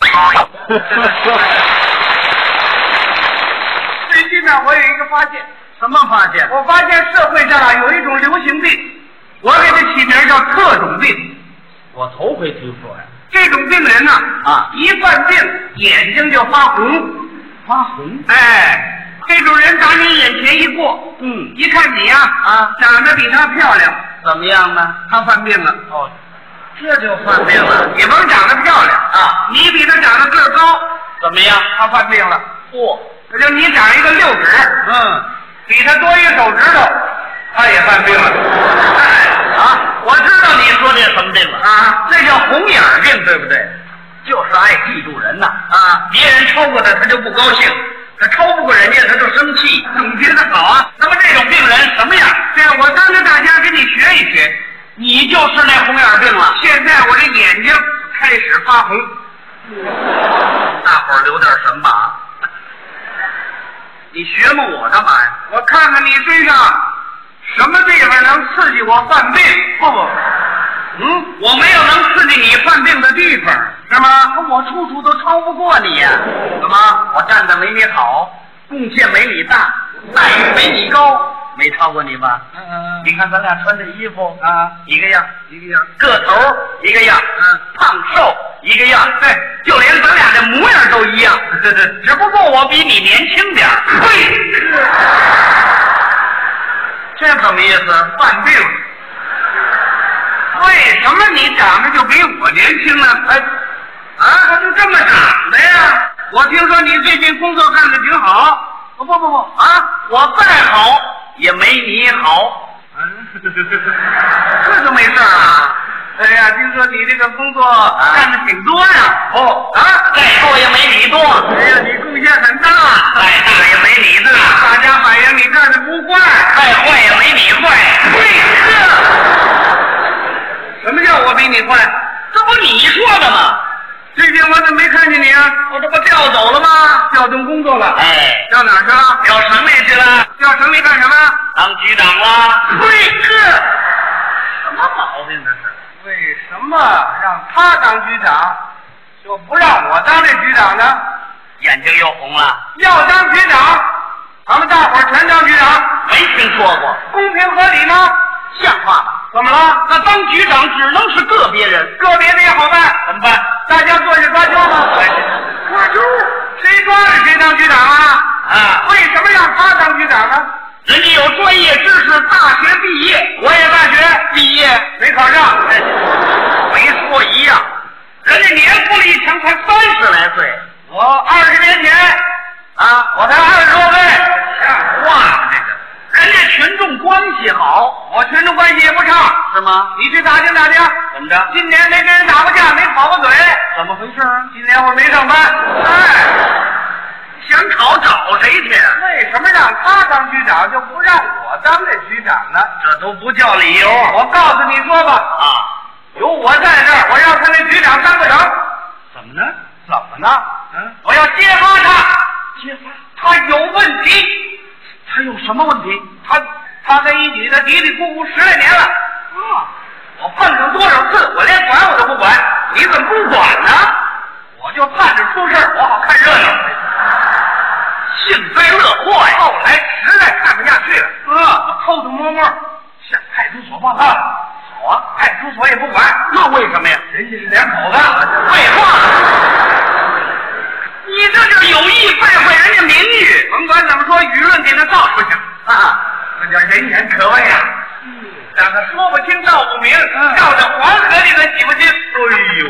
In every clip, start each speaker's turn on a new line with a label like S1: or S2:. S1: 最近呢，我有一个发现，
S2: 什么发现？
S1: 我发现社会上啊有一种流行病，我给它起名叫特种病。
S2: 我头回听说呀。
S1: 这种病人呢，
S2: 啊
S1: 一犯病眼睛就发红，
S2: 发红？
S1: 哎，这种人打你眼前一过，
S2: 嗯
S1: 一看你呀、
S2: 啊
S1: 长得比他漂亮，
S2: 怎么样呢？
S1: 他犯病了。
S2: 哦，这就犯病了。
S1: 你甭长得漂亮
S2: 啊
S1: 你比他长得个儿高，
S2: 怎么样？
S1: 他犯病了。
S2: 嚯、
S1: 那就你长一个六指，
S2: 嗯，
S1: 比他多一手指头，他也犯病了。哎
S2: 啊，我知道你说这什么病了，
S1: 啊，那叫红眼儿病，对不对？
S2: 就是爱记住人呐。
S1: 啊，别人超过他，他就不高兴；他超不过人家，他就生气。总结的好啊！
S2: 那么这种病人什么样？
S1: 对，我当着大家给你学一学。
S2: 你就是那红眼病了。
S1: 现在我这眼睛开始发红，
S2: 大伙儿留点神吧啊。你学嘛我干嘛呀？
S1: 我看看你身上什么地方能刺激我犯病？不不，
S2: 嗯，
S1: 我没有能刺激你犯病的地方，是吗？
S2: 我处处都超不过你呀、
S1: 怎么？
S2: 我站的没你好，贡献没你大，待遇没你高，没超过你吧？
S1: 嗯嗯
S2: 你看咱俩穿这衣服，
S1: 啊，
S2: 一个样，
S1: 一个样。
S2: 个头儿一个样，
S1: 嗯，哎
S2: 胖瘦一个样，
S1: 对
S2: 就连咱俩这模样都一样，
S1: 对对，
S2: 只不过我比你年轻点儿。
S1: 嘿，
S2: 这什么意思？
S1: 犯病了。为什么你长得就比我年轻呢？哎，啊，他就这么长的呀？我听说你最近工作干得挺好。
S2: 哦
S1: 不不不不，
S2: 啊， 我再好也没你好，
S1: 这就没事儿啊。哎呀，听说你这个工作干得挺多呀。
S2: 啊哦
S1: 啊，
S2: 再多也没你多，
S1: 哎呀，你贡献很大，
S2: 再大也没你大，
S1: 大家反映你干得不坏。
S2: 再坏也没你坏。
S1: 嘿呵，什么叫我比你坏？
S2: 这不你说的吗？
S1: 最近我怎么没看见你啊？
S2: 我这不调走了吗？
S1: 调动工作了。
S2: 哎，
S1: 到哪儿去了？
S2: 调城里去了，
S1: 调城里干什么？
S2: 当局长了。
S1: 嘿呵，
S2: 什么毛病这是？
S1: 为什么让他当局长，就不让我当这局长呢？
S2: 眼睛又红了，
S1: 要当局长，咱们大伙儿全当局长，
S2: 没听说过，
S1: 公平合理吗？
S2: 像话吗？
S1: 怎么了？
S2: 那当局长只能是个别人，
S1: 个别的也好办，
S2: 怎么办？
S1: 大家坐下抓阄吧。抓阄，谁抓了谁当局长啊？
S2: 啊，
S1: 为什么让他当局长呢？
S2: 人家有专业知识，大学毕业，
S1: 我也大学
S2: 毕业
S1: 没考上，
S2: 哎没说一样，人家年富力强，才三十来岁
S1: 我二十年前
S2: 啊，
S1: 我才二十多岁。
S2: 像话吗？这个，人家群众关系好
S1: 我群众关系也不差，
S2: 是吗？
S1: 你去打听打听。
S2: 怎么着？
S1: 今年没跟人打过架，没吵过嘴，
S2: 怎么回事啊？
S1: 今年我没上班。哎，
S2: 想吵找谁去？啊
S1: 为什么让他当局长就不让我当这局长呢？
S2: 这都不叫理由
S1: 我告诉你说吧，
S2: 啊！
S1: 有我在这儿，我要他那局长当不成，
S2: 怎么呢？
S1: 怎么呢？
S2: 嗯，
S1: 我要揭发他，
S2: 揭发
S1: 他有问题，
S2: 他有什么问题？
S1: 他他跟一女的嘀嘀咕咕十来年了，
S2: 啊，
S1: 我碰上多少次，我连管我都不管，你怎么不管呢？我就盼着出事儿，我好看热闹。
S2: 幸灾乐祸呀！
S1: 后来实在看不下去了，
S2: 嗯
S1: 我偷偷摸摸向派出所报告。好啊，派出所也不管，
S2: 那为什么呀？
S1: 人家是两口子。
S2: 废话，你这就是有意败坏人家名誉
S1: 甭管怎么说，舆论给他造出去了，
S2: 啊！
S1: 那叫人言可畏啊！让他说不清道不明，
S2: 嗯
S1: 绕着黄河里头挤不进。
S2: 哎呦，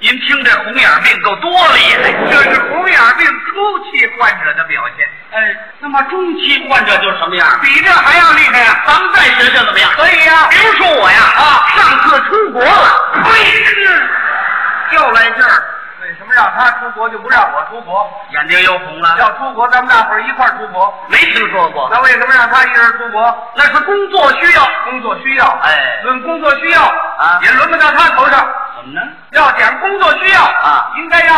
S2: 您听这红眼病够多厉害！
S1: 这是红眼病初期患者的表现，
S2: 哎，那么中期患者就什么样？
S1: 比这还要厉害啊！
S2: 咱们再学学怎么样？
S1: 可以呀、
S2: 比如说我呀，
S1: 啊
S2: 上次出国了，
S1: 嘿，又来劲儿。为什么让他出国就不让我出国？
S2: 眼睛又红了，
S1: 要出国，咱们大伙儿一块儿出国。
S2: 没听说过，
S1: 那为什么让他一人出国？
S2: 那是工作需要。
S1: 工作需要，
S2: 哎
S1: 论工作需要
S2: 啊
S1: 也轮不到他头上。
S2: 怎么呢？
S1: 要讲工作需要
S2: 啊
S1: 应该让
S2: 啊